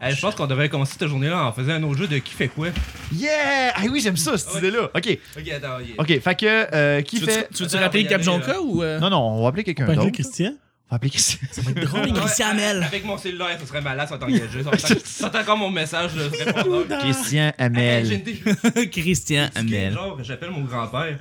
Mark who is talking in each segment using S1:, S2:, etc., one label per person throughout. S1: Hey, je pense qu'on devrait commencer cette journée-là en faisant un autre jeu de qui fait quoi.
S2: Yeah! Ah oui, j'aime ça, cette
S1: Ouais.
S2: idée-là. OK.
S1: Ok, attends, ok.
S2: OK, fait que, euh, qui
S3: Tu
S2: fait.
S3: veux-tu tu veux-tu
S1: Attends,
S3: rappeler
S1: on va y
S3: Cap
S1: aller,
S3: Jonka
S1: là.
S3: ou. euh,
S2: Non, non, on va appeler quelqu'un
S4: Pas
S2: d'autre.
S4: avec
S2: On
S4: Christian?
S2: va appeler Christian.
S4: Drôle,
S1: Ouais,
S4: Christian Hamel.
S1: Avec mon cellulaire, ça serait malade sans t'engager. T'entends comme mon message de répondeur.
S2: Christian
S1: Hey, j'ai une
S2: Hamel.
S1: idée.
S4: Christian Hamel.
S1: Genre, j'appelle mon grand-père.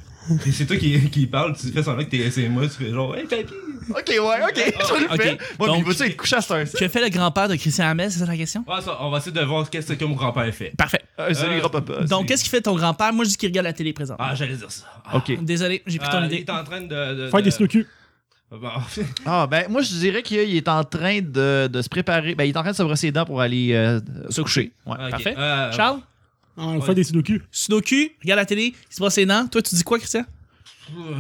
S1: Et c'est toi qui, qui parle, tu fais semblant que t'es c'est moi, tu fais genre, hey papy!
S2: OK, ouais, Ah, OK, je le
S4: OK.
S2: fais. Moi, mais
S4: Donc-
S2: il va-tu être couché à cette heure-ci?
S4: Que fait le grand-père de Christian Hamel, c'est ça la question?
S1: Ouais, ça, on va essayer de voir qu'est-ce que mon grand-père fait.
S4: Parfait.
S2: Euh, Salut,
S1: Euh,
S2: grand-papa.
S4: Donc, qu'est-ce qu'il fait ton grand-père? Moi, je dis qu'il regarde la télé présente.
S1: Ah, j'allais dire ça. Ah,
S2: OK.
S4: Désolé, j'ai plus
S1: Ah,
S4: ton
S1: Il
S4: idée.
S1: est en train de. de-
S4: Faire
S1: de-
S3: Euh,
S4: des snookus.
S1: Bon.
S2: Ah, ben, moi, je dirais qu'il est en train de, de se préparer. Ben, il est en train de se brosser les dents pour aller euh, se coucher. Ah. Ouais.
S1: Ok,
S4: Parfait.
S1: euh,
S4: Charles?
S1: Ouais.
S3: Ah,
S4: On
S1: fait
S4: des sudoku. Sudoku, regarde la télé, il se brosse les dents. Toi, tu dis quoi, Christian?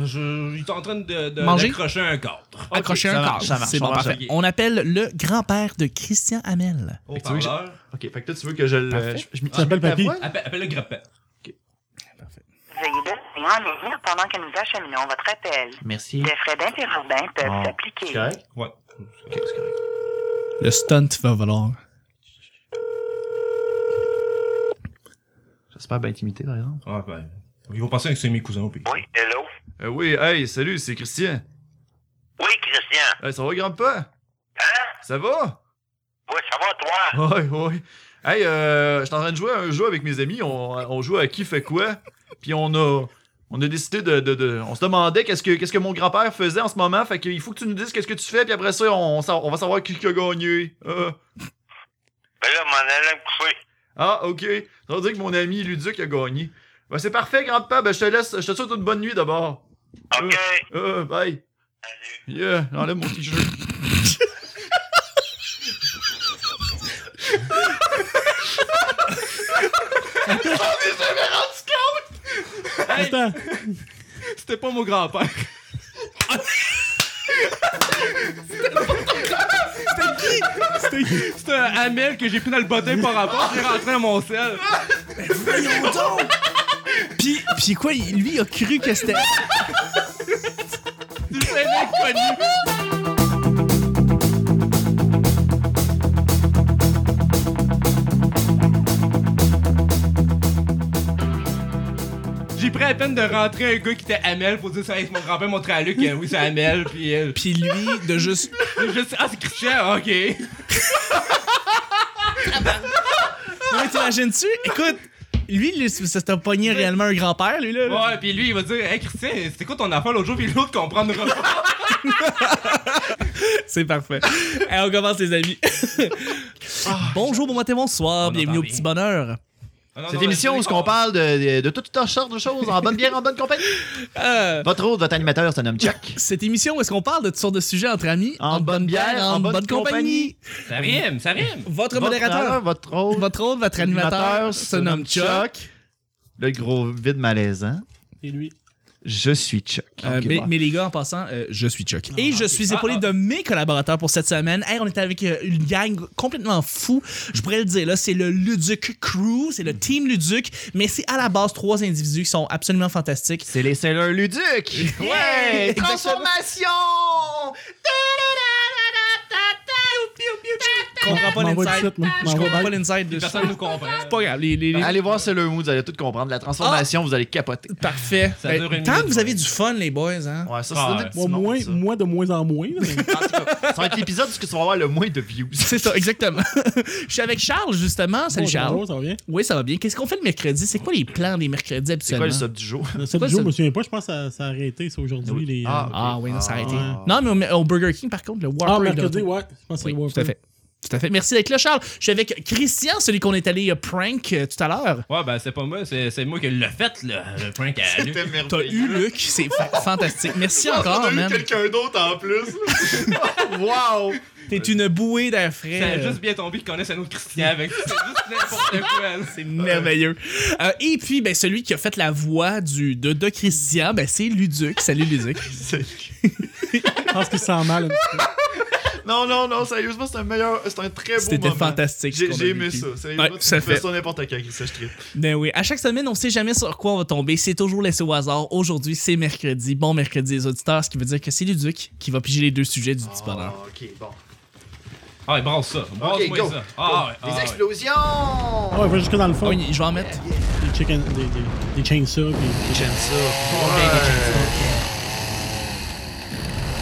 S1: je- il est en train de. de
S4: Manger?
S1: D'accrocher un cadre.
S4: Accrocher
S2: ça
S4: un
S2: marche,
S4: câble.
S2: ça marche,
S4: C'est
S2: ça
S4: bon,
S2: marche.
S4: parfait. On appelle le grand-père de Christian Hamel.
S1: Au
S2: Fait que tu veux que je-
S1: parleur.
S2: OK, fait que toi, tu veux que je le.
S3: Parfait.
S2: Je, je m'y-
S3: J'appelle
S2: je m'y
S3: papy.
S2: la voix?
S1: Appelle, appelle le grand-père.
S5: Veuillez demeurer en ligne pendant que nous acheminons votre appel.
S2: Merci.
S5: Les frais d'interurbain peuvent
S2: Bon. C'est
S5: s'appliquer.
S2: correct?
S1: Ouais.
S4: Le stunt va valoir.
S2: J'espère bien timidé, par exemple.
S1: Ouais, ben. Ils vont penser que c'est mes cousins, puis.
S5: Oui, hello?
S2: Euh, oui, hey, salut, c'est Christian.
S5: Oui, Christian.
S2: ça va, grand-papa? Ça va?
S5: Oui, ça va, toi?
S2: Ouais, ouais. Hey, euh, je suis en train de jouer à un jeu avec mes amis. On, on joue à qui fait quoi. Puis on a, on a décidé de, de- de- On se demandait qu'est-ce que, qu'est-ce que mon grand-père faisait en ce moment. Fait qu'il faut que tu nous dises qu'est-ce que tu fais. Puis après ça, on, sa- on va savoir qui qui a gagné. Euh,
S5: Ben là, m'en allais me coucher.
S2: ah, ok. Ça veut dire que mon ami Luduc a gagné. Ben, c'est parfait, grand-père. Ben, je te laisse. Je te souhaite une bonne nuit d'abord. OK. Euh, bye. Yeah, j'enlève mon t-shirt.
S3: Attends,
S1: C'était pas mon grand-père.
S3: c'était qui?
S1: C'était un Hamel que j'ai pris dans le bottin par rapport, j'ai rentré dans mon sel.
S4: Voyons donc! Pis, pis quoi, il- lui, il a cru que c'était.
S1: C'est l'inconnu. J'ai pris la peine de rentrer un gars qui était Hamel pour dire ça, hey, c'est mon grand-père montrer à Luc, euh, oui, c'est Hamel, puis euh,
S4: Pis lui, de juste.
S1: je sais, ah, c'est Christian, ok.
S4: Non, mais t'imagines-tu? Écoute, lui, lui, ça t'a pogné réellement un grand-père, lui, là.
S1: Ouais, puis lui, il va dire, hey, Christian, c'était quoi ton affaire l'autre jour, puis l'autre comprendra pas.
S4: C'est parfait. Allez, on commence, les amis. Bonjour, bon matin, bonsoir.
S1: On
S4: Bienvenue
S1: entend
S4: au
S1: bien.
S4: petit bonheur.
S1: Ah, non,
S2: Cette
S1: non,
S2: émission où ce qu'on parle de, de, de toutes sortes de choses en bonne bière, en bonne compagnie.
S4: Euh,
S2: Votre autre, votre animateur, c'est un homme Chuck.
S4: Cette émission où est-ce qu'on parle de toutes sortes de sujets entre amis,
S2: En bonne bière, en bonne compagnie.
S1: Ça rime, ça rime.
S4: Votre,
S2: Votre
S4: modérateur,
S2: narrateur, votre autre.
S4: votre hôte, votre animateur se nomme Chuck.
S2: Le gros vide malaisant.
S3: Et lui.
S2: Je suis Chuck.
S4: Euh,
S2: Ok,
S4: mais,
S3: bah.
S2: bon.
S4: mais les gars, en passant, euh, je suis Chuck. Et je suis
S1: Ah,
S4: épaulé
S1: ah.
S4: de mes collaborateurs pour cette semaine. Hey, on était avec euh, une gang complètement fou. Je pourrais le dire, là, c'est le Luduc Crew, c'est le Team Luduc, mais c'est à la base trois individus qui sont absolument fantastiques.
S2: C'est les Sailor Luduc!
S4: Yeah,
S2: Ouais!
S4: exactement.
S2: Transformation!
S4: Je comprends pas
S3: M'envoie du
S4: l'inside.
S3: site, moi.
S4: Je
S3: M'envoie
S4: comprends pas
S3: du-
S4: l'inside de ça.
S1: Personne nous comprend.
S4: C'est pas grave. les- les- les-
S2: Allez voir Sailor Moon, vous allez tout comprendre. La transformation, vous allez capoter.
S4: Parfait.
S1: Ça
S4: Ben,
S1: dure une
S4: tant
S1: minute,
S4: que vous
S1: ouais.
S4: avez du fun, les boys, hein.
S2: Ouais, ça, c'est
S1: Ah,
S2: des
S1: ouais.
S2: petits
S3: Moi,
S2: mondes,
S3: moins,
S2: ça.
S3: moi de moins en moins. là, mais-
S2: En tout cas, ça va être l'épisode où tu vas avoir le moins de views.
S4: C'est ça, exactement. Je suis avec Charles, justement. Salut,
S3: Bonjour,
S4: Charles.
S3: Ça va bien?
S4: Oui, ça va bien. Qu'est-ce qu'on fait le mercredi? C'est quoi les plans des mercredis
S2: C'est
S4: habituellement?
S2: quoi le sub du jour?
S3: Le
S4: quoi
S3: seul jour,
S4: ça?
S3: je me souviens pas, je pense que ça, ça a arrêté, c'est aujourd'hui. Les... euh,
S2: Ah.
S4: Ah oui, non, ça a arrêté.
S2: Ah.
S4: Non, mais au- mais au, Burger King, par contre, le Whopper.
S3: Ah,
S4: est de
S3: mercredi,
S4: retour.
S3: ouais. Je pense que c'est
S4: Oui,
S3: le
S4: tout à fait. Tout à fait. Merci d'être là, Charles. Je suis avec Christian, celui qu'on est allé euh, prank euh, tout à l'heure.
S1: Ouais, ben c'est pas moi, c'est c'est moi qui l'ai fait, là, le prank à Luc.
S2: C'était
S4: T'as
S2: merveilleux.
S4: eu Luc, c'est fa- fantastique. Merci
S2: On
S4: encore,
S2: a eu
S4: man.
S2: quelqu'un d'autre en plus. wow!
S4: T'es une bouée d'air frais.
S1: Ça a
S4: Euh,
S1: juste bien tombé qu'ils connaissent un autre Christian avec. C'est juste n'importe quoi, là.
S4: C'est merveilleux. Euh, et puis, ben, celui qui a fait la voix du, de, de Christian, ben, c'est Luduc. Salut, Luduc.
S3: Je pense qu'il se sent mal. un petit peu.
S2: Non, non, non, sérieusement, c'est un meilleur, c'est un très beau
S4: C'était
S2: moment.
S4: fantastique. ce
S2: J'ai
S4: qu'on a
S2: j'ai aimé
S4: vécu.
S2: ça. Sérieusement,
S4: Ouais,
S2: tu
S4: ça
S2: fais
S4: fait.
S2: ça n'importe quand, ça, je tripe.
S4: Ben oui, à chaque semaine, on sait jamais sur quoi on va tomber. C'est toujours laissé au hasard. Aujourd'hui, c'est mercredi. Bon mercredi, les auditeurs, ce qui veut dire que c'est Luduc qui va piger les deux sujets du petit bonheur.
S2: Ah, ok, bon.
S1: Ah, il brasse ça.
S6: Ok,
S1: Brasse-moi
S6: go.
S1: ça.
S6: Go.
S1: Ah, ouais.
S6: Les
S1: ah, ouais.
S6: explosions!
S3: Oh, il va jusque dans le fond.
S4: Oui, je vais en mettre.
S3: Des chicken, des, des, des chainsaws, puis
S4: Oh, ben,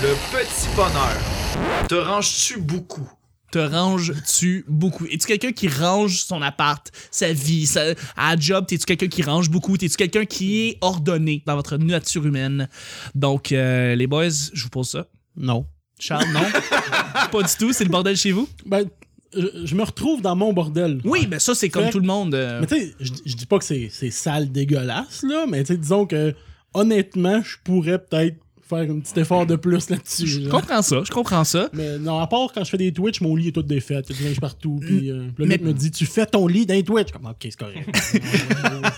S2: Le petit bonheur. Te ranges-tu beaucoup?
S4: Te ranges-tu beaucoup? Es-tu quelqu'un qui range son appart, sa vie, sa, à la job? T'es-tu quelqu'un qui range beaucoup? T'es-tu quelqu'un qui est ordonné dans votre nature humaine? Donc, euh, les boys, je vous pose ça.
S3: non.
S4: Charles, non? pas du tout, c'est le bordel chez vous?
S3: Ben, je, je me retrouve dans mon bordel.
S4: Oui, mais ça, c'est comme
S3: Fait-
S4: tout le monde. euh,
S3: Mais tu sais, je je dis pas que c'est c'est sale, dégueulasse, là, mais tu sais, disons que, honnêtement, je pourrais peut-être faire un petit effort de plus là-dessus.
S4: Je
S3: là.
S4: comprends ça, je comprends ça.
S3: Mais non, à part quand je fais des Twitch, mon lit est tout défait. Il y a du linge partout. Puis euh, puis le
S4: mais-
S3: mec me dit Tu fais ton lit dans les Twitch. Je suis Comme, ok, c'est correct.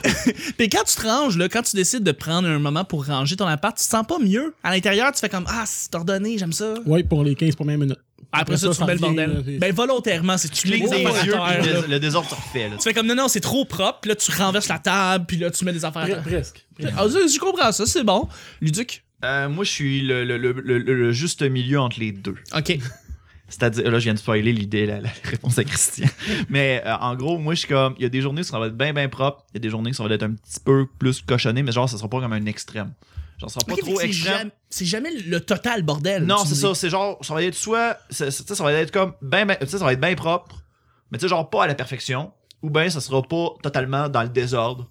S4: Puis quand tu te ranges, là, quand tu décides de prendre un moment pour ranger ton appart, tu te sens pas mieux. À l'intérieur, tu fais comme Ah, c'est ordonné, j'aime ça.
S3: ouais, pour les 15 premières minutes.
S4: Après, ça, tu mets le
S3: revient,
S4: bordel.
S3: là, c'est-
S4: Ben, volontairement, c'est tu
S2: Tu
S4: clignes
S2: clignes
S4: des
S2: des
S4: affaires
S2: yeux,
S4: à
S2: puis
S4: terre, là.
S2: le, le désordre te refait. Là.
S4: Tu fais comme non, non, c'est trop propre, puis là, tu renverses la table, puis là, tu mets des affaires à
S3: Pre-
S4: terre.
S3: presque.
S4: Ah, je je comprends ça, c'est bon. Luduc.
S2: Euh, moi, je suis le, le- le- le- le juste milieu entre les deux.
S4: Ok.
S2: C'est-à-dire, là, je viens de spoiler l'idée, la, la réponse à Christian. Mais euh, en gros, moi, je suis comme, il y a des journées où ça va être bien, bien propre. Il y a des journées où ça va être un petit peu plus cochonné, mais genre, ça sera pas comme un extrême. Genre, ça sera pas
S4: Ok, fait que
S2: trop
S4: c'est
S2: extrême.
S4: jamais- C'est jamais le total bordel.
S2: Non,
S4: Euh, tu
S2: c'est
S4: dis.
S2: ça. C'est genre, ça va être soit, c'est- c'est- tu sais, ça va être comme, ben, ben- tu sais, ça va être bien propre, mais tu sais, genre pas à la perfection, ou ben, ça sera pas totalement dans le désordre.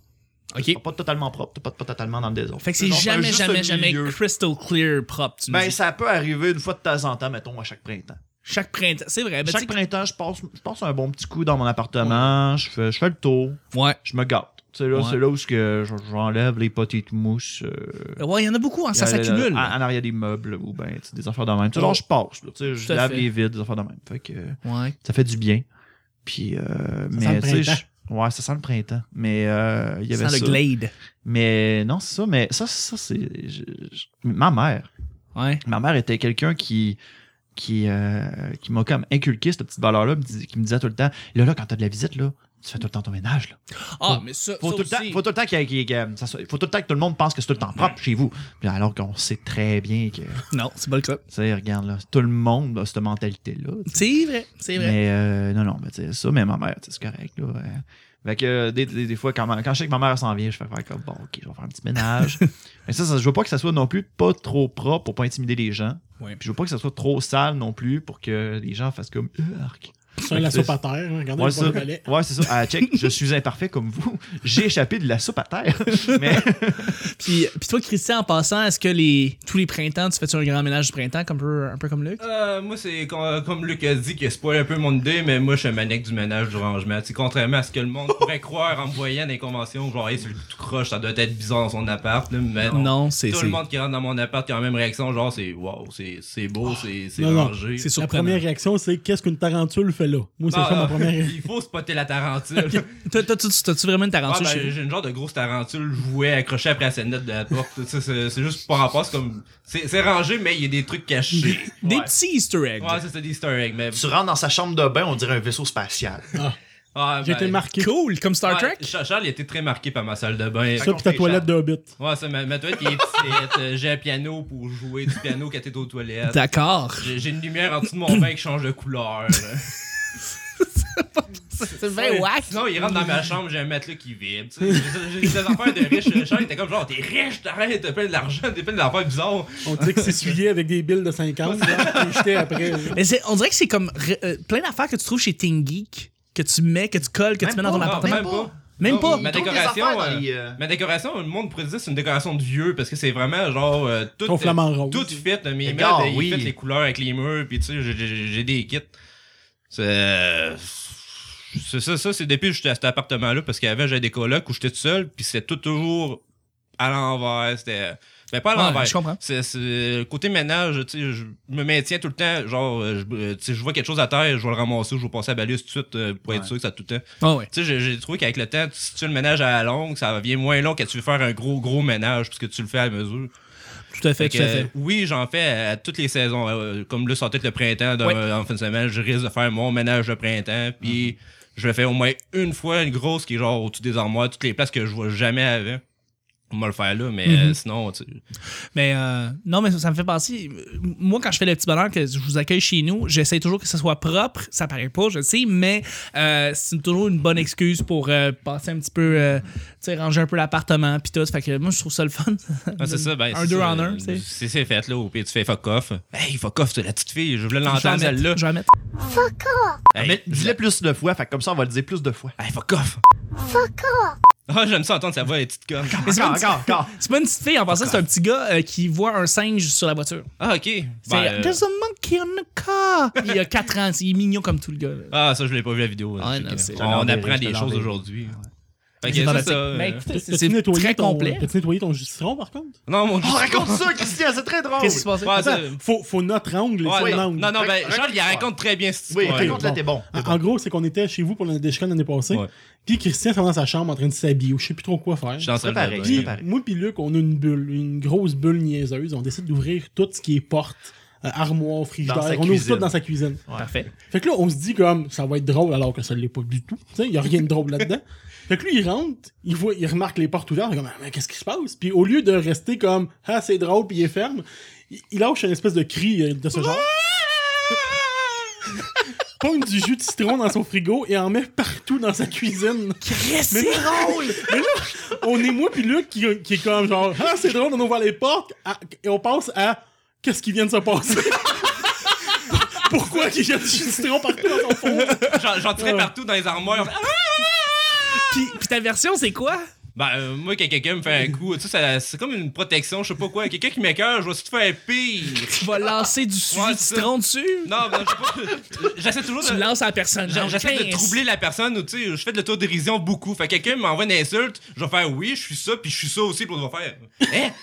S4: Ok.
S2: Pas totalement propre, pas, pas totalement dans le désordre.
S4: Fait que c'est
S2: Genre, un
S4: jamais,
S2: juste
S4: jamais, jamais
S2: milieu.
S4: crystal clear propre, tu me
S2: Ben,
S4: dis.
S2: ça peut arriver une fois de temps en temps, mettons, à chaque printemps.
S4: Chaque printemps. C'est vrai. ben,
S2: chaque
S4: tu sais-
S2: printemps, je passe, je passe un bon petit coup dans mon appartement, je, fais, je fais le tour,
S4: Ouais.
S2: je me gâte. Tu sais, là,
S4: Ouais.
S2: c'est là où c'est que je- j'enlève les petites mousses. euh,
S4: Ouais, il y en a beaucoup, hein, ça
S2: Il y a le-
S4: s'accumule.
S2: En, en arrière des meubles ou ben, tu sais, des affaires de même. Tu sais, genre,
S4: Oh.
S2: je passe. là, tu sais, je
S4: Tout à
S2: lave
S4: fait.
S2: les vides, des affaires de même. Fait que euh,
S4: Ouais.
S2: ça fait du bien. Puis, euh,
S3: sent le
S2: mais tu sais,
S3: printemps.
S2: je- ouais, ça sent le printemps. Mais euh, il y avait
S4: Sans
S2: ça.
S4: le glade.
S2: Mais non, c'est ça. Mais ça, ça c'est. je- je- Ma mère.
S4: Ouais.
S2: Ma mère était quelqu'un qui. Qui, euh, qui m'a comme inculqué cette petite valeur-là, me dis- qui me disait tout le temps Là, là, quand t'as de la visite, là, tu fais tout le temps ton ménage. Là.
S4: Ah, mais ça,
S2: Faut,
S4: ça
S2: tout le temps,
S4: aussi.
S2: faut tout le temps qu'il y ait- qu'il y ait- que ça soit- faut tout le temps que tout le monde pense que c'est tout le temps propre chez vous. Puis Alors qu'on sait très bien que.
S4: Non, c'est pas le cas.
S2: Tu sais, regarde, là, tout le monde a cette mentalité-là. tu sais.
S4: C'est vrai, c'est vrai.
S2: Mais euh, non, non, mais tu sais, ça, mais ma mère, tu sais, c'est correct, là. ouais. Fait que euh, des, des- des fois, quand, ma- quand je sais que ma mère s'en vient, je fais faire comme, bon, OK, je vais faire un petit ménage. mais ça, ça, je veux pas que ça soit non plus pas trop propre pour pas intimider les gens.
S4: Ouais.
S2: Puis je veux pas que ça soit trop sale non plus pour que les gens fassent comme, arc.
S3: Sur la soupe à terre. hein, Regardez
S2: Ouais,
S3: le
S2: ça.
S3: bon palais.
S2: Ouais, c'est ça. Ah, check, je suis imparfait comme vous. J'ai échappé de la soupe à terre. mais
S4: Puis, puis toi, Christian, en passant, est-ce que les, tous les printemps, tu fais-tu un grand ménage du printemps, comme un peu, un peu comme Luc?
S1: Euh, moi, c'est com- comme Luc a dit, qui spoil un peu mon idée, mais moi, je suis un maniaque du ménage du rangement. C'est contrairement à ce que le monde pourrait croire en me voyant des conventions, genre, hey, c'est tout croche, ça doit être bizarre dans son appart, là, mais non.
S4: non, c'est.
S1: Tout
S4: c'est-
S1: le monde qui rentre dans mon appart qui a la même réaction, genre, c'est wow, c'est c'est beau, c'est c'est
S3: non, non,
S1: rangé.
S4: c'est
S3: La
S4: surprenant.
S3: première réaction, c'est Qu'est-ce qu'une tarentule fait là Moi, c'est
S1: Ah,
S3: ça ma
S1: ah,
S3: première réaction.
S1: Il faut spotter la tarentule.
S4: T'as- t'as- t'as- T'as-tu vraiment une
S1: Ah,
S4: tarentule
S1: ben,
S4: chez vous?
S1: j'ai une genre de grosse tarentule jouée accrochée après la sonnette de la porte. Tu sais, C'est c'est juste par rapport, c'est comme. C'est c'est rangé, mais il y a des trucs cachés.
S4: Des
S1: Ouais.
S4: petits Easter eggs.
S1: Ouais, c'est ça, des Easter eggs, mais.
S2: tu rentres dans sa chambre de bain, on dirait un vaisseau spatial.
S1: Ah,
S3: J'ai
S1: ben,
S3: été marqué.
S4: Cool, comme Star
S1: ouais,
S4: Trek?
S1: Cha- Charles, il était très marqué par ma salle de bain.
S3: Ça, puis ta
S2: Raconte-les,
S3: toilette d'Hobbit.
S1: Ouais, ça, ma, ma toilette, il est petite. Euh, J'ai un piano pour jouer du piano quand t'es aux toilettes.
S4: D'accord.
S1: J'ai j'ai une lumière en dessous de mon bain qui change de couleur. là.
S4: C'est vrai, wack.
S1: Sinon, il rentre dans ma chambre, j'ai un matelas qui vibre. tu sais. J'ai j'ai des affaires de riche. Charles, il était comme genre, t'es riche, t'arrêtes, t'as plein de l'argent, t'as plein d'affaires bizarres.
S3: On dit que c'est souillé avec des billes de 50. là, puis jeté après. euh,
S4: Mais c'est- on dirait que c'est comme re- euh, plein d'affaires que tu trouves chez Team Geek, que tu mets, que tu colles, que tu mets dans ton
S1: pas,
S4: appartement.
S1: même pas.
S4: Même
S1: Non,
S4: pas.
S1: Ma
S2: trouve des
S1: décoration,
S2: affaires dans
S1: euh,
S2: les, euh,
S1: ma décoration, le monde pourrait dire c'est une décoration de vieux parce que c'est vraiment genre euh, tout
S3: Ton flamant rose.
S1: tout fait, mais il
S2: Regarde,
S1: ils
S2: oui.
S1: fait les couleurs avec les murs, puis tu sais, j'ai- j'ai j'ai des kits. C'est c'est ça, ça c'est depuis que j'étais à cet appartement-là parce qu'avant j'avais des colocs où j'étais tout seul, puis c'était tout toujours à l'envers. C'était mais pas à
S4: Ouais,
S1: l'envers.
S4: je comprends.
S1: C'est c'est- côté ménage, tu sais, je me maintiens tout le temps. Genre, euh, je, euh, tu sais, je vois quelque chose à terre, je vais le ramasser, je vais passer à la balise tout de suite euh, pour être sûr que ça a tout le temps.
S4: Ah ouais.
S1: Tu sais, j'ai- j'ai trouvé qu'avec le temps, si tu le ménages à la longue, ça devient moins long quand tu veux faire un gros, gros ménage, puisque tu le fais à mesure.
S4: Tout à fait,
S1: Fait
S4: tout à
S1: que, euh,
S4: fait.
S1: oui, j'en fais à, à toutes les saisons. euh, comme là, ça va être le printemps, dans-
S4: Ouais.
S1: en fin de semaine, je risque de faire mon ménage de printemps, puis
S4: Mm-hmm.
S1: je le fais au moins une fois, une grosse, qui est genre au-dessus des armoires, toutes les places que je vois jamais avant. on va le faire là, mais
S4: Mhm.
S1: euh, sinon, tu sais,
S4: Mais euh, non, mais ça, ça me fait penser. euh, Moi, quand je fais le petit bonheur que je vous accueille chez nous, j'essaie toujours que ce soit propre. Ça paraît pas, je sais, mais euh, c'est toujours une bonne excuse pour euh, passer un petit peu, euh, tu sais, ranger un peu l'appartement puis tout. Fait que moi, je trouve ça le fun.
S1: ah, c'est ça. Ben,
S4: un
S1: c'est
S4: deux
S1: ça,
S4: en un,
S1: euh,
S4: tu sais.
S1: C'est c'est fait là, au pire, tu fais fuck off. Hey, fuck off, c'est la petite fille, je voulais
S4: Je vais la
S1: l'entendre
S4: mettre,
S1: celle-là.
S4: Je vais la mettre.
S1: Hey,
S2: Mais
S1: je
S2: dis-le plus de fois, fait que comme ça, on va le dire plus de fois.
S1: la- hey, fuck off. Ah, j'aime ça entendre sa voix, les petites connes.
S4: Mais c'est pas, une petite-
S2: Encore, encore.
S4: c'est pas une petite fille, en passant, c'est un petit gars euh, qui voit un singe sur la voiture.
S1: Ah, ok. Ben,
S4: C'est
S1: euh,
S4: There's a monkey on the car. Il a 4 ans, il est mignon comme tout le gars. là.
S1: Ah, ça, je l'ai pas vu la vidéo. là.
S4: Ouais,
S1: Fait
S4: non,
S1: que,
S4: c'est-
S1: on
S2: Je te l'enverrai,
S1: apprend
S2: je te
S1: des choses
S2: l'enverrai.
S1: aujourd'hui. Fait que
S4: C'est
S1: c'est
S4: fantastique.
S1: ça, euh,
S4: Mais écoutez, c'est
S3: T'as-tu
S4: c'est
S3: nettoyé
S4: très
S3: ton-
S4: complet.
S3: T'as-tu nettoyé ton citron, par contre?
S1: euh, Non, mon
S2: On raconte ça, Christian, c'est très drôle.
S4: Qu'est-ce qui se passe?
S1: Ouais,
S3: Attends,
S1: c'est-
S3: faut, faut notre angle et
S1: Ouais,
S3: son
S1: non,
S3: angle.
S1: non, non, ben,
S2: Raconte-
S1: Charles, il raconte très bien cette
S2: Oui,
S1: histoire.
S2: raconte-la, t'es bon.
S3: En, en gros, c'est qu'on était chez vous pour le Deshcon l'année passée.
S1: Ouais.
S3: Puis Christian s'est dans sa chambre en train de s'habiller ou je sais plus trop quoi faire.
S1: Je suis en train de
S2: Préparé.
S1: le
S3: Puis,
S1: dire.
S2: pareil.
S3: moi puis Luc, on a une bulle, une grosse bulle niaiseuse. On décide d'ouvrir tout ce qui est porte, euh, armoire,
S2: Dans sa
S3: frigidaire. On
S2: cuisine.
S3: ouvre tout dans sa cuisine.
S4: Parfait.
S3: Fait que là, on se dit comme ça va être drôle alors que ça l'est pas du tout. Il y a rien de drôle là-dedans. Fait que lui, il rentre, il voit, il remarque les portes ouvertes, il est comme Ah, mais qu'est-ce qui se passe Puis au lieu de rester comme ah c'est drôle puis il est ferme, il, il lâche une espèce de cri euh, de ce genre. Pogne du jus de citron dans son frigo et en met partout dans sa cuisine.
S4: Christ!
S3: drôle! Mais là, on est moi puis Luc qui, qui est comme genre ah c'est drôle, on ouvre les portes à- et on passe à qu'est-ce qui vient de se passer. Pourquoi il jette du jus de citron partout dans son four?
S1: J'en- J'en tirais partout dans les armoires.
S4: Puis, puis ta version, c'est quoi?
S1: Ben, euh, moi, quand quelqu'un me fait un coup, tu sais, ça- c'est comme une protection, je sais pas quoi. Quelqu'un qui m'écœure, je vais se faire pire.
S4: Tu vas lancer du sucre
S1: Ouais,
S4: de
S1: ça.
S4: citron dessus?
S1: Non, ben, je sais pas. J'essaie toujours
S4: Tu
S1: de.
S4: lances à la personne.
S1: j'a-
S4: Genre,
S1: J'essaie de
S4: Chris.
S1: troubler la personne ou tu sais, je fais de l'autodérision beaucoup. Fait que quelqu'un m'envoie une insulte, je vais faire oui, je suis ça, puis je suis ça aussi, pour le faire. Hein?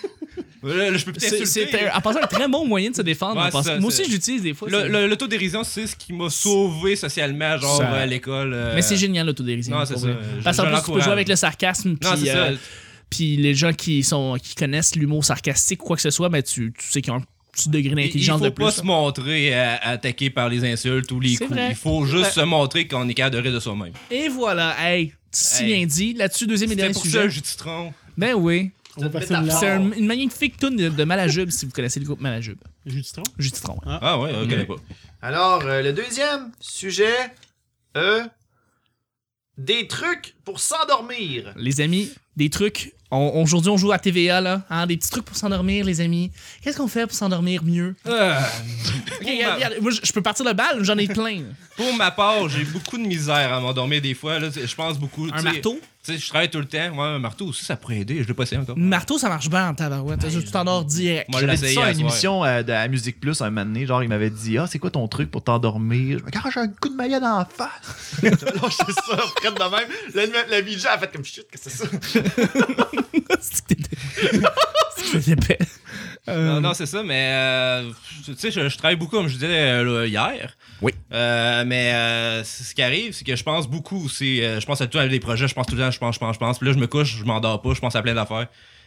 S1: Là, là, je peux plus
S4: C'est- C'est
S1: t'insulter.
S4: un- en passant un très bon moyen de se défendre.
S1: Ouais,
S4: en passant.
S1: c'est ça,
S4: Moi aussi,
S1: c'est-
S4: je l'utilise des fois.
S1: Le-
S4: c'est-
S1: le- L'autodérision, c'est ce qui m'a sauvé socialement, genre
S4: Ça-
S1: euh, à l'école. euh,
S4: Mais c'est génial l'autodérision.
S1: Non,
S4: pour
S1: c'est
S4: vrai.
S1: ça, je-
S4: Parce qu'en
S1: je
S4: plus, tu peux
S1: l'encourage.
S4: jouer avec le sarcasme.
S1: Non,
S4: puis,
S1: c'est
S4: euh,
S1: ça.
S4: Puis les gens qui, sont, qui connaissent l'humour sarcastique ou quoi que ce soit, ben, tu, tu sais qu'ils ont un petit degré
S1: Il- Il
S4: d'intelligence
S1: faut
S4: de
S1: pas
S4: plus.
S1: se montrer euh, attaqué par les insultes ou les
S4: C'est
S1: coups.
S4: vrai.
S1: Il faut juste se montrer qu'on est capable de rire de soi-même.
S4: Et voilà, hey, si
S1: Hey.
S4: bien dit. Là-dessus, deuxième et
S1: C'était
S4: dernier
S1: pour ça,
S4: sujet.
S1: le jus de citron.
S4: Ben oui.
S3: On va passer une
S4: C'est
S3: larme.
S4: un- une magnifique tune de, de Malajube, si vous connaissez le groupe Malajube.
S3: Jus de citron?
S4: Jus de citron. ouais.
S1: Ah ouais, ok.
S4: Ouais.
S1: pas.
S2: Alors, euh, le deuxième sujet, euh, des trucs pour s'endormir.
S4: Les amis, des trucs. On- on- Aujourd'hui, on joue à TVA, là. hein, des petits trucs pour s'endormir, les amis. Qu'est-ce qu'on fait pour s'endormir mieux?
S1: Ah.
S4: Ok, regarde, regarde, moi, je je peux partir de balle, j'en ai plein.
S1: Pour ma part, j'ai beaucoup de misère à m'endormir des fois. Là, je pense beaucoup.
S4: Un
S1: tu sais,
S4: marteau?
S1: Tu sais, je travaille tout le temps. Ouais, un marteau aussi, ça pourrait aider. Je l'ai pas essayé encore.
S4: Un marteau, ça marche bien en tabarouette. Tu t'endors direct.
S1: Moi, je l'ai
S2: J'avais dit
S1: essayé
S2: ça à
S1: à
S2: une
S1: soir.
S2: émission euh, de- à Musique Plus un moment donné, genre il m'avait dit « Ah, c'est quoi ton truc pour t'endormir? » Je me dis « Ah, j'ai un coup de maillot dans la face! » J'avais lâché ça, près de même. La, la VJ a fait comme « Shit, qu'est-ce que c'est ça?
S4: C'est que t'es épais.
S1: Non, non, c'est ça, mais euh, tu sais, je, je travaille beaucoup, comme je disais euh, là, hier.
S4: Oui.
S1: Euh, mais euh, c'est- ce qui arrive, c'est que je pense beaucoup aussi. euh, je pense à tout avec des projets, je pense tout le temps, je pense, je pense, je pense. Puis là, je me couche, je m'endors pas, je pense à plein d'affaires.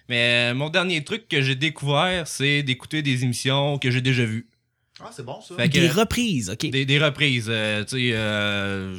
S1: Mais euh, mon dernier truc que j'ai découvert, c'est d'écouter des émissions que j'ai déjà vues. »
S2: Ah, c'est bon ça.
S1: Fait que-
S4: Des reprises, ok.
S1: Des, des reprises, euh, tu sais, euh,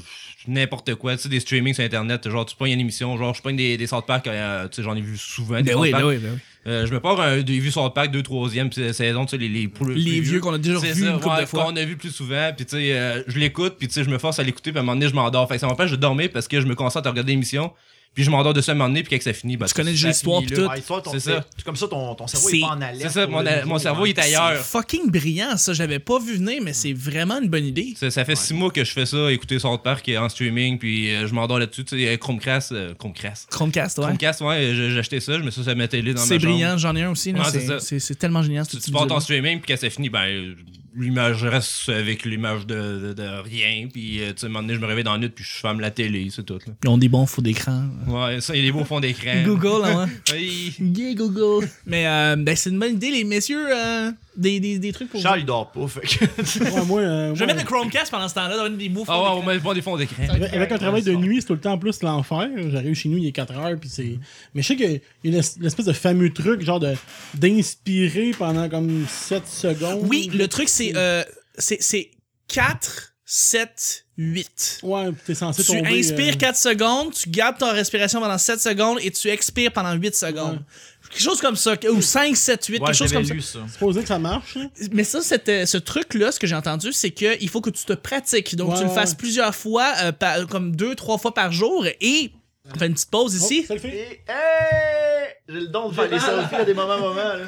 S1: n'importe quoi, tu sais, des streamings sur Internet, genre tu prends une émission, genre je prends des, des South Park, euh, tu sais, j'en ai vu souvent. Des
S4: Ben
S1: South
S4: oui,
S1: Park.
S4: ben oui, ben oui.
S1: Euh, je me pars un, des vues South Park, deux, troisième puis saison, tu sais, les, les, plus- plus
S4: Les vieux qu'on a déjà
S1: C'est
S4: revus
S1: ça,
S4: une couple
S1: ouais,
S4: de fois.
S1: qu'on a vu plus souvent, puis tu sais, euh, je l'écoute, puis tu sais, je me force à l'écouter, puis à un moment donné, je m'endors. Fait que ça m'empêche de dormir parce que je me concentre à regarder l'émission, puis je m'endors de ça à un moment donné, puis quand ça finit, ben,
S4: Tu connais
S1: ça
S4: déjà l'histoire,
S1: finit
S4: puis
S1: là.
S4: tout.
S2: Ah, histoire, ton-
S1: C'est ça.
S2: Comme ça, ton, ton cerveau
S4: C'est-
S2: est pas en alerte.
S1: C'est ça,
S2: pour
S1: mon, euh,
S2: le nouveau.
S1: mon cerveau il est ailleurs.
S4: C'est fucking brillant, ça. J'avais pas vu venir, mais c'est vraiment une bonne idée.
S1: Ça, ça fait six mois que je fais ça, écouter South Park euh, en streaming, puis euh, je m'endors là-dessus, tu sais, euh, Chromecast, euh, Chromecast.
S4: Chromecast, ouais.
S1: Chromecast, ouais, j'ai j'ai acheté ça, je me suis mis ça sur ma télé dans ma
S4: C'est
S1: chambre.
S4: brillant, j'en ai un aussi. là.
S1: Ouais,
S4: C'est-
S1: c'est ça.
S4: c'est c'est tellement génial. ce
S1: Tu, tu
S4: petit
S1: pars
S4: visuel-là.
S1: en streaming, puis quand c'est fini, ben, euh, l'image je reste avec l'image de, de- de rien, puis euh, tu sais, un moment donné, je me réveille dans la nuit, puis je ferme la télé, c'est tout. Là.
S4: Ils ont des bons fous d'écran.
S1: Ouais, ça, il y a des beaux fonds d'écran.
S4: Google, hein, ouais.
S1: Oui.
S4: Yeah, Google. Mais euh, ben, c'est une bonne idée, les messieurs. euh, des, des, des trucs pour.
S2: Charles, il dort pas, fait que...
S3: Ouais, moi, euh,
S4: vous. Je vais
S3: moi,
S4: mettre le Chromecast pendant ce temps-là dans une des beaux
S1: Ah ouais,
S4: fonds
S1: on met pas des fonds d'écran.
S3: avec, avec un travail de nuit, c'est tout le temps plus l'enfer. J'arrive chez nous, il est 4 heures, puis c'est. Mais je sais qu'il y a l'es- l'espèce de fameux truc, genre de d'inspirer pendant comme 7 secondes.
S4: Oui, le truc, c'est. euh, c'est- c'est 4, 7, 8.
S3: Ouais, t'es censé
S4: Tu
S3: tomber. euh,
S4: inspires 4 secondes, tu gardes ton respiration pendant 7 secondes et tu expires pendant 8 secondes. Quelque chose comme ça, ou 5, 7, 8, quelque chose comme ça.
S2: ça.
S3: supposé que ça marche. hein.
S4: Mais ça, c'était- ce truc-là, ce que j'ai entendu, c'est que il faut que tu te pratiques. Donc,
S3: Ouais,
S4: tu le
S3: ouais.
S4: fasses plusieurs fois, euh, par- comme deux, trois fois par jour. Et on fait une petite pause
S3: Oh,
S4: ici.
S3: ça le fait.
S2: Et hey! J'ai le don de faire des selfies à des moments moments. là.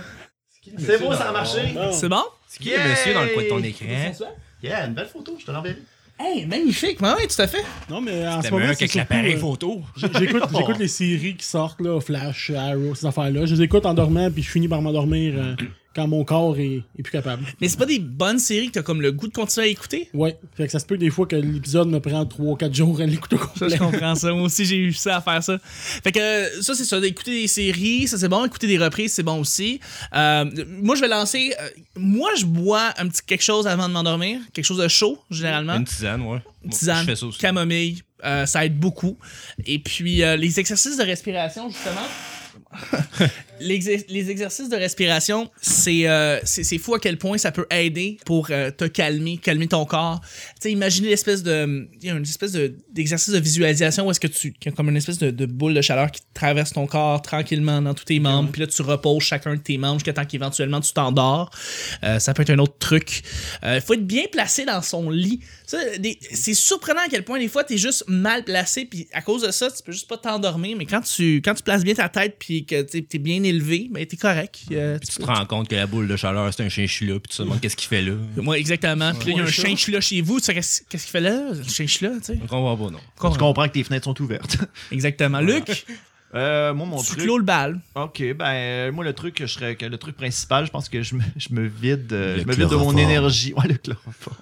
S2: C'est beau, ça a marché.
S3: Bon.
S4: C'est bon?
S1: C'est qui le monsieur dans le coin de ton
S2: Yay!
S1: écran?
S2: Yeah, une belle photo, je te l'enverrai.
S4: Hey, magnifique! Ouais, ouais, tout à fait.
S3: Non, mais en
S1: T'as
S3: ce
S1: mieux
S3: moment,
S1: avec
S3: c'est surtout,
S1: l'appareil
S3: euh,
S1: photo.
S3: J'écoute, j'écoute les séries qui sortent, là, Flash, Arrow, ces affaires-là. Je les écoute en dormant, puis je finis par m'endormir euh, quand mon corps est, est plus capable.
S4: Mais c'est pas des bonnes séries que t'as comme le goût de continuer à écouter?
S3: Ouais. Fait que ça se peut des fois que l'épisode me prend 3-4 jours à l'écouter au
S4: Ça, je
S3: complet.
S4: comprends ça. Moi aussi, j'ai eu ça à faire ça. Fait que euh, ça, c'est ça. Écouter des séries, ça, c'est bon. Écouter des reprises, c'est bon aussi. Euh, moi, je vais lancer. euh, moi, je bois un petit quelque chose avant de m'endormir. Quelque chose de chaud, généralement.
S1: Une tisane, ouais. Moi,
S4: tisane,
S1: Je fais ça aussi.
S4: camomille, euh, ça aide beaucoup. Et puis, euh, les exercices de respiration, justement. L'exer- les exercices de respiration, c'est euh, c'est c'est fou à quel point ça peut aider pour euh, te calmer, calmer ton corps. Tu sais, imaginez l'espèce de il y a une espèce de- d'exercice de, visualisation où est-ce que tu qu'il y a comme une espèce de, de boule de chaleur qui traverse ton corps tranquillement dans tous tes membres, puis là tu reposes chacun de tes membres jusqu'à temps qu'éventuellement tu t'endors. Euh, ça peut être un autre truc. Il faut être bien placé dans son lit. Ça, des- C'est surprenant à quel point des fois tu es juste mal placé, puis à cause de ça, tu peux juste pas t'endormir. Mais quand tu, quand tu places bien ta tête, puis que tu es bien élevé, ben, tu es correct. Euh,
S1: Puis
S4: tu
S1: tu te rends compte que la boule de chaleur, c'est un chinchilla, puis tu te demandes qu'est-ce qu'il fait là.
S4: peux- Moi, exactement. Puis là, il y a un chien là chez vous. Tu sais, qu'est-ce qu'est-ce qu'il fait là? Le chien là, tu sais.
S1: On comprend pas, non.
S2: Je comprends que tes fenêtres sont ouvertes.
S4: Exactement. Luc,
S2: Euh, moi, mon
S4: tu
S2: truc.
S4: clôt le bal.
S2: Ok, ben, euh, moi, le truc, que je serais, que le truc principal, je pense que je me, je me vide, euh,
S1: Le
S2: je me vide de mon
S1: chloroforme.
S2: énergie. Ouais, le chloroforme.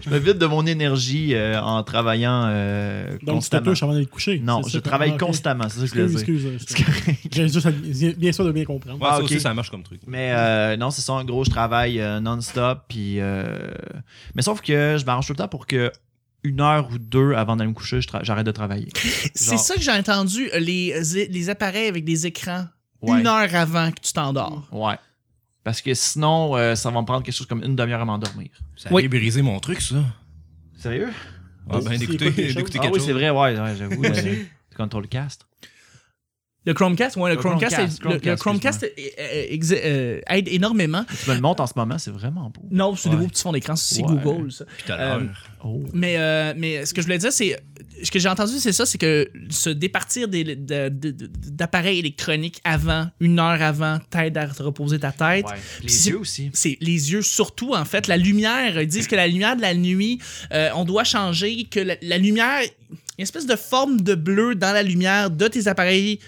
S2: Je me vide de mon énergie euh, en travaillant euh,
S3: Donc, tu te
S2: constamment.
S3: touches avant d'aller te coucher.
S2: non,
S3: C'est
S2: je
S3: ça,
S2: travaille
S3: ok.
S2: constamment, c'est ça que je veux
S3: Excuse,
S2: dire.
S3: excuse. excuse. J'ai juste à- bien sûr de bien comprendre.
S1: Ouais,
S2: Ah,
S1: ça
S2: ok.
S1: aussi, ça marche comme truc.
S2: Mais euh, non, c'est ça, en gros, je travaille euh, non-stop. Puis, euh, Mais sauf que je m'arrange tout le temps pour que une heure ou deux avant d'aller me coucher, je tra- j'arrête de travailler.
S4: C'est
S2: Genre-
S4: ça que j'ai entendu, euh, les, é- les appareils avec des écrans.
S2: Ouais.
S4: Une heure avant que tu t'endors.
S2: Ouais. Parce que sinon, euh, ça va me prendre quelque chose comme une demi-heure à m'endormir.
S1: Ça
S4: Oui.
S1: a brisé mon truc, ça.
S2: Sérieux?
S1: Ah, ben,
S3: c'est
S1: d'écouter
S3: quoi, quelque chose?
S1: d'écouter
S2: Ah
S1: quelque
S2: oui,
S1: chose.
S2: c'est vrai, ouais, ouais, j'avoue. euh, tu contrôles le cast.
S4: Le Chromecast, ouais, le,
S2: Le
S4: Chromecast,
S2: Chromecast,
S4: est- le- le
S2: Chromecast,
S4: Chromecast est- est- est- exa- euh, aide énormément.
S2: Tu me le montres en ce moment, c'est vraiment beau.
S4: Non, c'est des
S1: Ouais.
S4: beaux petits fonds d'écran, c'est
S2: Ouais.
S4: Google, ça.
S1: Puis tout à l'heure.
S4: Euh,
S2: Oh.
S4: Mais, euh, mais ce que je voulais dire, c'est. Ce que j'ai entendu, c'est ça, c'est que se départir des- de- de- de- d'appareils électroniques avant, une heure avant, t'aide à te reposer ta tête.
S2: Les
S4: c'est-
S2: yeux aussi.
S4: c'est les yeux surtout en fait la lumière ils disent que la lumière de la nuit euh, on doit changer que la, la lumière une espèce de forme de bleu dans la lumière de tes appareils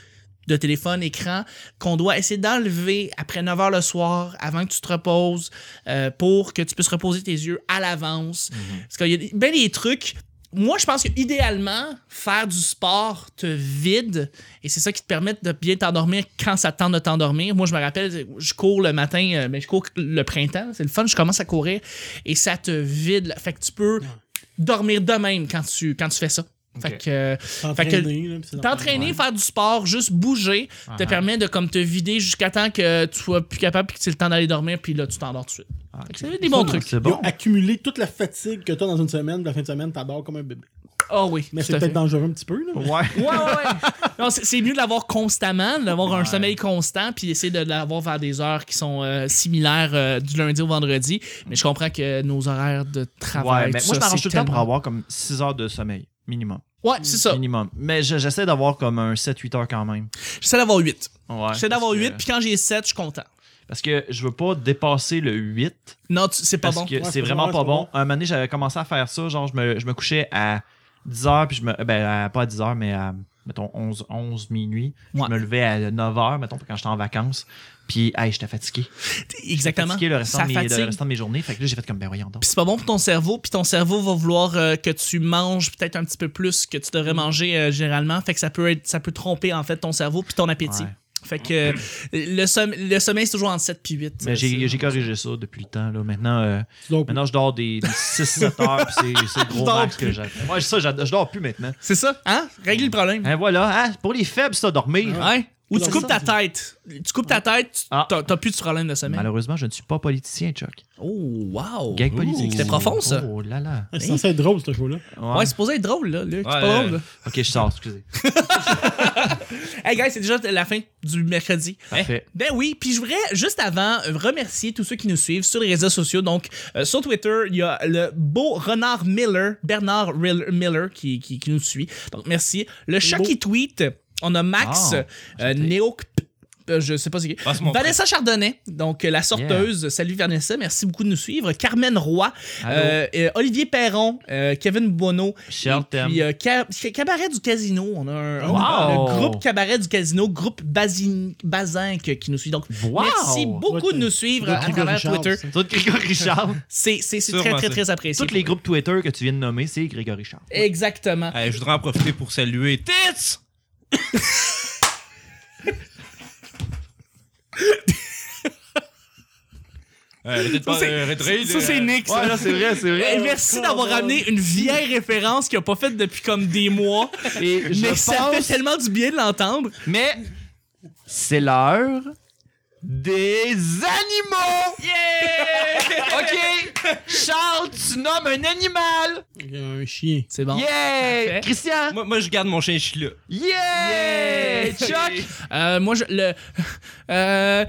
S4: de téléphone, écran, qu'on doit essayer d'enlever après 9 h le soir, avant que tu te reposes, euh, pour que tu puisses reposer tes yeux à l'avance. Parce qu'il y a des- ben des trucs. Moi, je pense que idéalement, faire du sport te vide et c'est ça qui te permet de bien t'endormir quand ça te tente de t'endormir. Moi, je me rappelle, je cours le matin, euh, mais je cours le printemps, c'est le fun, je commence à courir et ça te vide. là. Fait que tu peux dormir de même quand tu, quand tu fais ça. Fait
S2: Ok.
S4: que euh,
S3: T'entraîner, là, puis c'est
S4: T'entraîner, faire du sport, juste bouger, te
S2: Ah.
S4: permet de comme te vider jusqu'à temps que tu sois plus capable puis que c'est le temps d'aller dormir puis là tu t'endors tout de suite.
S2: Ah,
S4: Fait que
S2: ok.
S4: C'est des bons
S3: Ça,
S4: trucs.
S2: C'est
S3: Ils
S2: bon.
S3: ont accumulé toute la fatigue que t'as dans une semaine, puis la fin de semaine, t'adores comme un bébé.
S4: Ah oui.
S3: Mais
S4: tout
S3: c'est
S4: à fait.
S3: peut-être dangereux un petit peu, là. mais-
S2: Ouais.
S4: Ouais, ouais, ouais. Non, c'est c'est mieux de l'avoir constamment, d'avoir un sommeil constant, puis essayer de l'avoir vers des heures qui sont euh, similaires euh, du lundi au vendredi. Mais je comprends que nos horaires de travail.
S2: Ouais, mais
S4: tout
S2: moi, je
S4: ça,
S2: m'arrange
S4: c'est
S2: tout le temps pour
S4: tellement-
S2: avoir comme 6 heures de sommeil, minimum.
S4: Ouais, c'est ça.
S2: Minimum. Mais je- j'essaie d'avoir comme un 7-8 heures quand même.
S4: J'essaie d'avoir 8.
S2: Ouais.
S4: J'essaie d'avoir
S2: parce que-
S4: 8, puis quand j'ai 7, je suis content.
S2: Parce que je veux pas dépasser le 8.
S4: Non, tu- c'est pas
S2: Parce
S4: bon.
S2: que
S3: Ouais,
S2: c'est
S3: c'est
S2: vraiment
S3: pas
S2: pas
S3: bon.
S2: bon. Un moment donné, j'avais commencé à faire ça. Genre, je me, je me couchais à 10 heures, puis je me. Ben, à- pas à 10 heures, mais à, mettons, 11, 11 minuit.
S4: Ouais.
S2: Je me levais à 9 heures, mettons, quand j'étais en vacances. Puis, hey, j'étais fatigué. J'étais
S4: Exactement.
S2: fatigué le restant,
S4: Ça
S2: de mes, le
S4: fatigue.
S2: restant de mes journées. Fait que là, j'ai fait comme, ben voyons donc.
S4: Puis c'est pas bon pour ton cerveau, puis ton cerveau va vouloir euh, que tu manges peut-être un petit peu plus que tu devrais manger euh, généralement, fait que ça peut être ça peut tromper en fait ton cerveau puis ton appétit.
S2: Ouais.
S4: Fait que euh, le, som- le sommeil c'est toujours entre 7 puis 8.
S2: Mais j'ai
S4: C'est-
S2: j'ai corrigé ça depuis le temps. Là. Maintenant, euh,
S3: Tu dors plus.
S2: maintenant, je dors des, 6-7 heures, puis c'est- c'est le
S4: Je
S2: gros
S4: dors
S2: max
S4: plus.
S2: que j'ai. Moi, ça, j'ad- je dors plus maintenant.
S4: C'est ça, hein Règle le problème.
S3: Ah,
S2: Hein, voilà, hein, pour les faibles, ça, dormir.
S4: Ouais. Ou
S3: Dans
S4: tu
S3: le
S4: coupes ta
S3: sens de-
S4: tête. Tu coupes ta tête, tu-
S7: Ah.
S4: t'as t'as plus de problème de sommeil.
S2: Malheureusement, je ne suis pas politicien, Chuck.
S4: Oh, wow.
S2: Gag politique.
S4: C'était profond, ça.
S2: Oh là là.
S3: C'est censé être drôle, ce show-là.
S4: Ouais, Hein? c'est supposé être drôle, là, Luc.
S1: Ouais,
S4: c'est pas drôle,
S1: euh,
S4: là.
S2: Ok, je sors, excusez.
S4: Hey, guys, c'est déjà la fin du mercredi.
S2: Parfait.
S4: Ben oui, puis je voudrais juste avant euh, remercier tous ceux qui nous suivent sur les réseaux sociaux. Donc euh, sur Twitter, il y a le beau renard Miller, Bernard Rill- Miller qui, qui, qui nous suit. Donc merci. Le chat
S3: beau.
S4: qui tweet, on a Max,
S2: Ah,
S4: euh, Néo- euh, je sais pas c'est qui.
S1: Passe mon
S4: Vanessa Chardonnay, donc euh, la sorteuse. Salut Vanessa, merci beaucoup de nous suivre. Carmen Roy,
S2: Allô.
S4: euh, euh, Olivier Perron, euh, Kevin Bono,
S2: Charles,
S4: et puis, euh, Ca- Ca- Cabaret du Casino. On a un, un-
S2: Wow!
S4: le groupe Cabaret du Casino, groupe Basin, Bazinque qui nous suit. Donc,
S2: Wow!
S4: merci beaucoup
S3: Ouais,
S4: de nous suivre
S3: ouais,
S4: à
S3: Hugo
S4: travers
S3: Richard,
S4: Twitter.
S3: ça.
S2: Tout Grégory Charles.
S4: C'est c'est- c'est
S1: Sûrement,
S4: très,
S1: ça.
S4: très, très apprécié.
S2: Tous les groupes Twitter que tu viens de nommer, c'est Grégory Charles.
S4: Exactement.
S1: Hey, je voudrais en profiter pour saluer Tits! Euh, peut-être pas
S4: c'est-
S1: euh, Red Raid,
S4: ça,
S1: euh,
S4: c'est Nick, ça.
S7: Ouais, là, c'est vrai, c'est
S4: Et
S7: vrai.
S4: Eh, merci d'avoir amené une vieille référence qu'il n'a pas faite depuis comme des mois.
S2: Et je
S4: mais ça fait
S2: pense-
S4: tellement du bien de l'entendre.
S2: Mais c'est l'heure des animaux! Yeah! OK! Charles, tu nommes un animal!
S3: Il y a un chien.
S4: C'est bon.
S2: yeah!
S4: parfait.
S2: Christian!
S1: Moi, moi, je garde mon chien chila.
S2: Yeah! Chuck!
S4: Euh, moi, je, le, euh,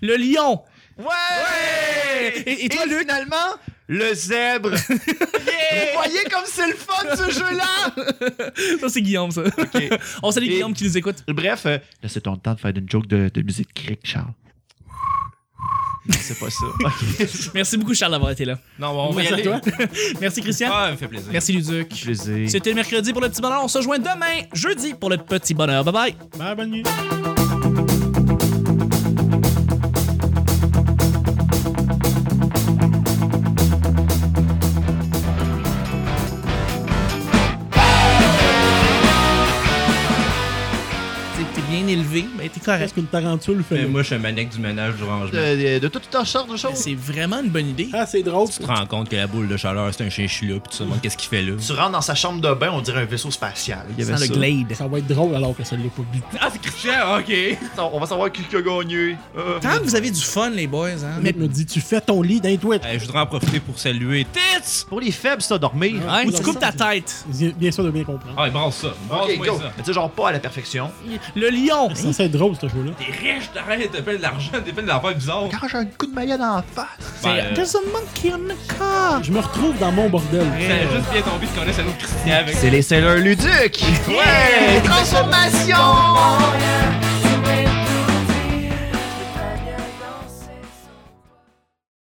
S4: le lion.
S2: Ouais!
S4: Et- et toi,
S2: le finalement, le zèbre! Vous voyez comme c'est le fun, ce jeu-là?
S4: Ça, c'est Guillaume, ça. On salue
S2: Et-
S4: Guillaume qui nous écoute.
S2: Bref, euh, là, c'est ton temps de faire une joke de, de musique cric, Charles. Ah, Non, c'est pas ça. OK.
S4: Merci beaucoup, Charles, d'avoir été là.
S1: Non, bon, on va y
S3: Merci à
S1: aller.
S3: toi.
S4: Merci, Christian.
S1: Ah, ça me fait plaisir.
S4: Merci, Luduc.
S2: Plaisir.
S4: C'était le mercredi pour le petit bonheur. On se rejoint demain, jeudi, pour le petit bonheur. Bye bye.
S3: Bye, Ben, bonne nuit.
S4: T'es t'es bien élevé, mais t'es
S3: Parce
S4: correct.
S3: qu'une tarentule
S1: Mais
S3: fait.
S1: Euh, moi, je suis un maniaque du ménage du rangement.
S2: De, euh, de, de toute ta sorte de choses.
S4: C'est vraiment une bonne idée.
S3: Ah, c'est drôle.
S1: Tu te rends compte que la boule de chaleur, c'est un chien chila, puis tu te demandes qu'est-ce qu'il fait là.
S7: Tu rentres dans sa chambre de bain, on dirait un vaisseau spatial.
S2: Il y avait
S4: Sans le
S2: ça.
S4: glade.
S3: Ça va être drôle alors que ça l'est pas du tout.
S1: Ah, c'est Christian, ok.
S7: On va savoir qui qui a gagné. Euh,
S4: Tant que vous avez du fun, les boys, hein.
S3: Mais me dit, tu fais ton lit d'un tweet.
S1: Hey, je voudrais en profiter pour saluer Tits!
S2: Pour les faibles, ça, dormir.
S4: Ouais, ou tu coupes ta tête.
S3: Bien bien sûr de bien comprendre.
S1: Ah, il brasse ça. Brasse
S7: Ok,
S1: moi
S7: go.
S1: ça.
S7: Mais tu sais, genre pas à la perfection.
S4: Le lion.
S3: C'est censé être drôle, ce show-là.
S1: T'es riche, t'arrêtes, t'as plein d'argent, t'es plein d'affaires bizarres.
S2: Quand j'ai un coup de maillot en face.
S1: Ben, euh,
S4: There's a monkey on the car.
S3: Je me retrouve dans mon bordel.
S1: Ça a juste bien tombé de connaître un autre Christian avec
S2: C'est les sailors ludiques.
S7: Ouais! Transformation!